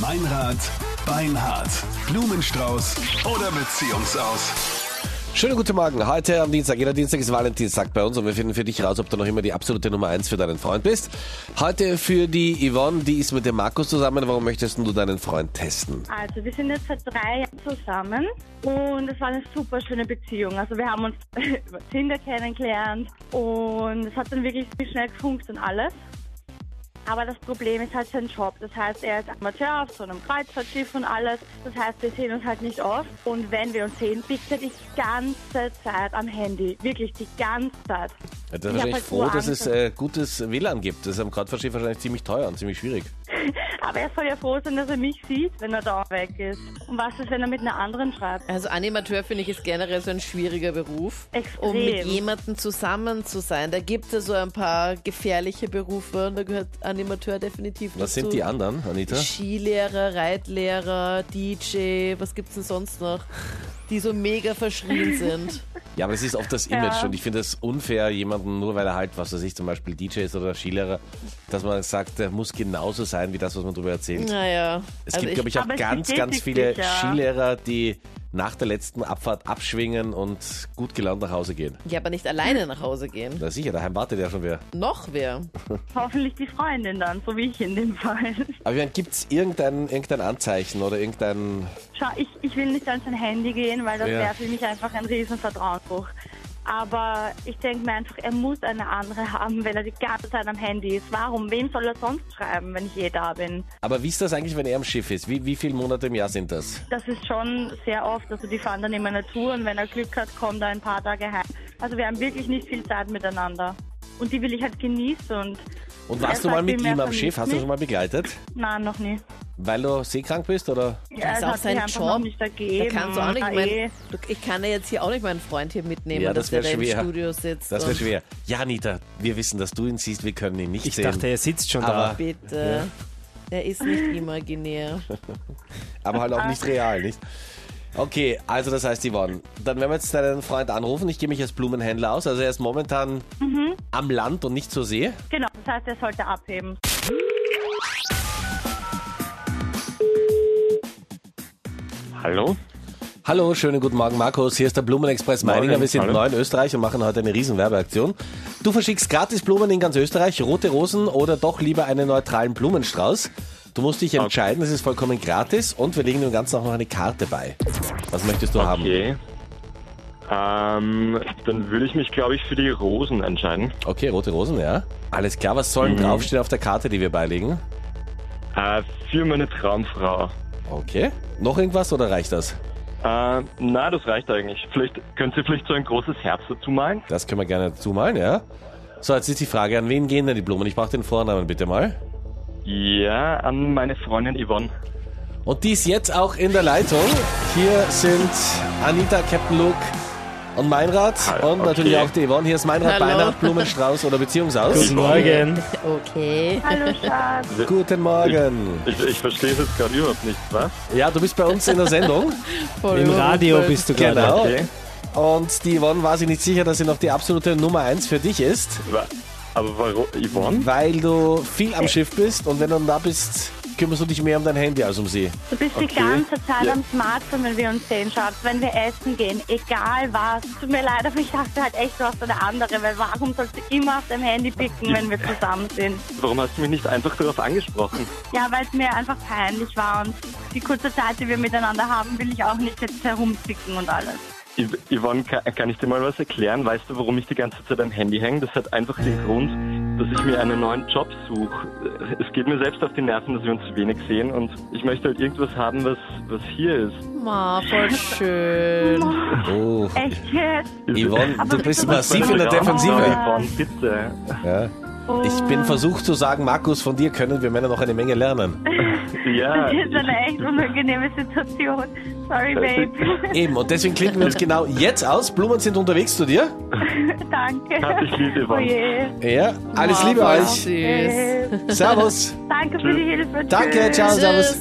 Meinrad, Beinhard, Blumenstrauß oder Beziehungsaus. Schönen guten Morgen. Heute am Dienstag. Jeder Dienstag ist Valentinstag bei uns und wir finden für dich raus, ob du noch immer die absolute Nummer eins für deinen Freund bist. Heute für die Yvonne, die ist mit dem Markus zusammen. Warum möchtest du deinen Freund testen? Also, wir sind jetzt seit drei Jahren zusammen und es war eine super schöne Beziehung. Also, wir haben uns über Tinder kennengelernt und es hat dann wirklich schnell gefunkt und alles. Aber das Problem ist halt sein Job. Das heißt, er ist Amateur auf so einem Kreuzfahrtschiff und alles. Das heißt, wir sehen uns halt nicht oft. Und wenn wir uns sehen, bist du die ganze Zeit am Handy. Wirklich die ganze Zeit. Ja, da Ich bin hab ich halt froh, dass es Urangst. äh, gutes WLAN gibt. Das ist am Kreuzfahrtschiff wahrscheinlich ziemlich teuer und ziemlich schwierig. Aber er soll ja froh sein, dass er mich sieht, wenn er da weg ist. Und was ist, wenn er mit einer anderen schreibt? Also Animateur finde ich ist generell so ein schwieriger Beruf, Extrem. um mit jemandem zusammen zu sein. Da gibt es ja so ein paar gefährliche Berufe und da gehört Animateur definitiv Was dazu. sind die anderen, Anita? Skilehrer, Reitlehrer, DJ, was gibt's denn sonst noch? Die so mega verschrien sind. Ja, aber es ist oft das Image Ja. und ich finde es unfair, jemanden, nur weil er halt, was weiß ich, zum Beispiel DJ ist oder Skilehrer, dass man sagt, er muss genauso sein wie das, was man darüber erzählt. Naja. Es also gibt, glaube ich, auch Aber es ganz, bestätigt ganz viele sich, ja. Skilehrer, die nach der letzten Abfahrt abschwingen und gut gelaunt nach Hause gehen. Ja, aber nicht alleine nach Hause gehen. Na sicher, daheim wartet ja schon wer. Noch wer? Hoffentlich die Freundin dann, so wie ich in dem Fall. Aber gibt es irgendein, irgendein Anzeichen oder irgendein... Schau, ich, ich will nicht an sein Handy gehen, weil das Ja. wäre für mich einfach ein riesen Vertrauensbruch. Aber ich denke mir einfach, er muss eine andere haben, wenn er die ganze Zeit am Handy ist. Warum? Wem soll er sonst schreiben, wenn ich eh da bin? Aber wie ist das eigentlich, wenn er am Schiff ist? Wie, wie viele Monate im Jahr sind das? Das ist schon sehr oft. Also die fahren dann immer eine Tour und wenn er Glück hat, kommt er ein paar Tage heim. Also wir haben wirklich nicht viel Zeit miteinander. Und die will ich halt genießen und Und Er warst du sagt mal mit mir, ihm am vermisst Schiff? Hast du mich. schon mal begleitet? nein, noch nie. Weil du seekrank bist oder... Ja, Das es ist auch hat sich sein einfach Job. noch nicht Da ergeben. kannst du auch nicht, Ah, ich, eh. mein, du, ich kann ja jetzt hier auch nicht meinen Freund hier mitnehmen, Ja, das dass der da wär im schwer. Studio sitzt. Das und- wird schwer. Ja, Anita, wir wissen, dass du ihn siehst, wir können ihn nicht Ich sehen. dachte, er sitzt schon aber, Bitte. Er ist nicht imaginär. aber halt auch nicht real, nicht? Okay, also das heißt, Yvonne, dann werden wir jetzt deinen Freund anrufen. Ich gehe mich als Blumenhändler aus. Also er ist momentan am Land und nicht zur See. Genau, das heißt, er sollte abheben. Hallo? Hallo, schönen guten Morgen, Markus. Hier ist der Blumenexpress Meininger. Morgen, Wir sind hallo. neu in Österreich und machen heute eine riesen Werbeaktion. Du verschickst gratis Blumen in ganz Österreich, rote Rosen oder doch lieber einen neutralen Blumenstrauß. Du musst dich entscheiden, es ist vollkommen gratis und wir legen dem Ganzen auch noch eine Karte bei. Was möchtest du haben? Okay. Ähm, dann würde ich mich, glaube ich, für die Rosen entscheiden. Okay, rote Rosen, ja. Alles klar, was soll denn Mhm. draufstehen auf der Karte, die wir beilegen? Äh, für meine Traumfrau. Okay. Noch irgendwas oder reicht das? Äh, na, das reicht eigentlich. Vielleicht könnt ihr vielleicht so ein großes Herz dazu malen. Das können wir gerne zumalen, ja. So, jetzt ist die Frage, an wen gehen denn die Blumen? Ich brauche den Vornamen bitte mal. Ja, an meine Freundin Yvonne. Und die ist jetzt auch in der Leitung. Hier sind Anita, Captain Luke und Meinrad Hallo, und natürlich okay. auch die Yvonne. Hier ist Meinrad Hallo. Beinhardt, Blumenstrauß oder Beziehungsaus. Guten Morgen. Okay. Hallo Schatz. Guten Morgen. Ich, ich verstehe es jetzt gerade überhaupt nicht, was? Ja, du bist bei uns in der Sendung. Voll Im Radio überrumpelt. bist du gerade. genau. Okay. Und die Yvonne war sich nicht sicher, dass sie noch die absolute Nummer eins für dich ist, Wa- Aber warum Yvonne? weil du viel am Schiff bist und wenn du dann da bist, kümmerst du dich mehr um dein Handy als um sie. Du bist die Okay. ganze Zeit Ja. am Smartphone, wenn wir uns sehen, Schatz. Wenn wir essen gehen, egal was. Tut mir leid, aber ich dachte halt echt, du hast eine andere. Weil warum sollst du immer auf deinem Handy picken, wenn wir zusammen sind? Warum hast du mich nicht einfach darauf angesprochen? Ja, weil es mir einfach peinlich war. Und die kurze Zeit, die wir miteinander haben, will ich auch nicht jetzt herumzicken und alles. Y- Yvonne, kann, kann ich dir mal was erklären? Weißt du, warum ich die ganze Zeit am Handy hänge? Das hat einfach den Grund, dass ich mir einen neuen Job suche. Es geht mir selbst auf die Nerven, dass wir uns zu wenig sehen und ich möchte halt irgendwas haben, was, was hier ist. Ma, voll schön. Oh. Echt jetzt? Yvonne, Aber du bitte bist was massiv in der sagen. Defensive. Ja. Yvonne, bitte. Ja. Oh, Ich bin versucht zu sagen, Markus, von dir können wir Männer noch eine Menge lernen. Ja, Das ist eine echt unangenehme Situation. Sorry, Babe. Eben, und deswegen klicken wir uns genau jetzt aus. Blumen sind unterwegs zu dir. Danke. ich liebe Oh Yvonne. je. Ja, alles Ma, Liebe voll euch. Süß. Äh, Servus. Danke für die Hilfe. Danke, Tschüss. ciao, servus. Tschüss.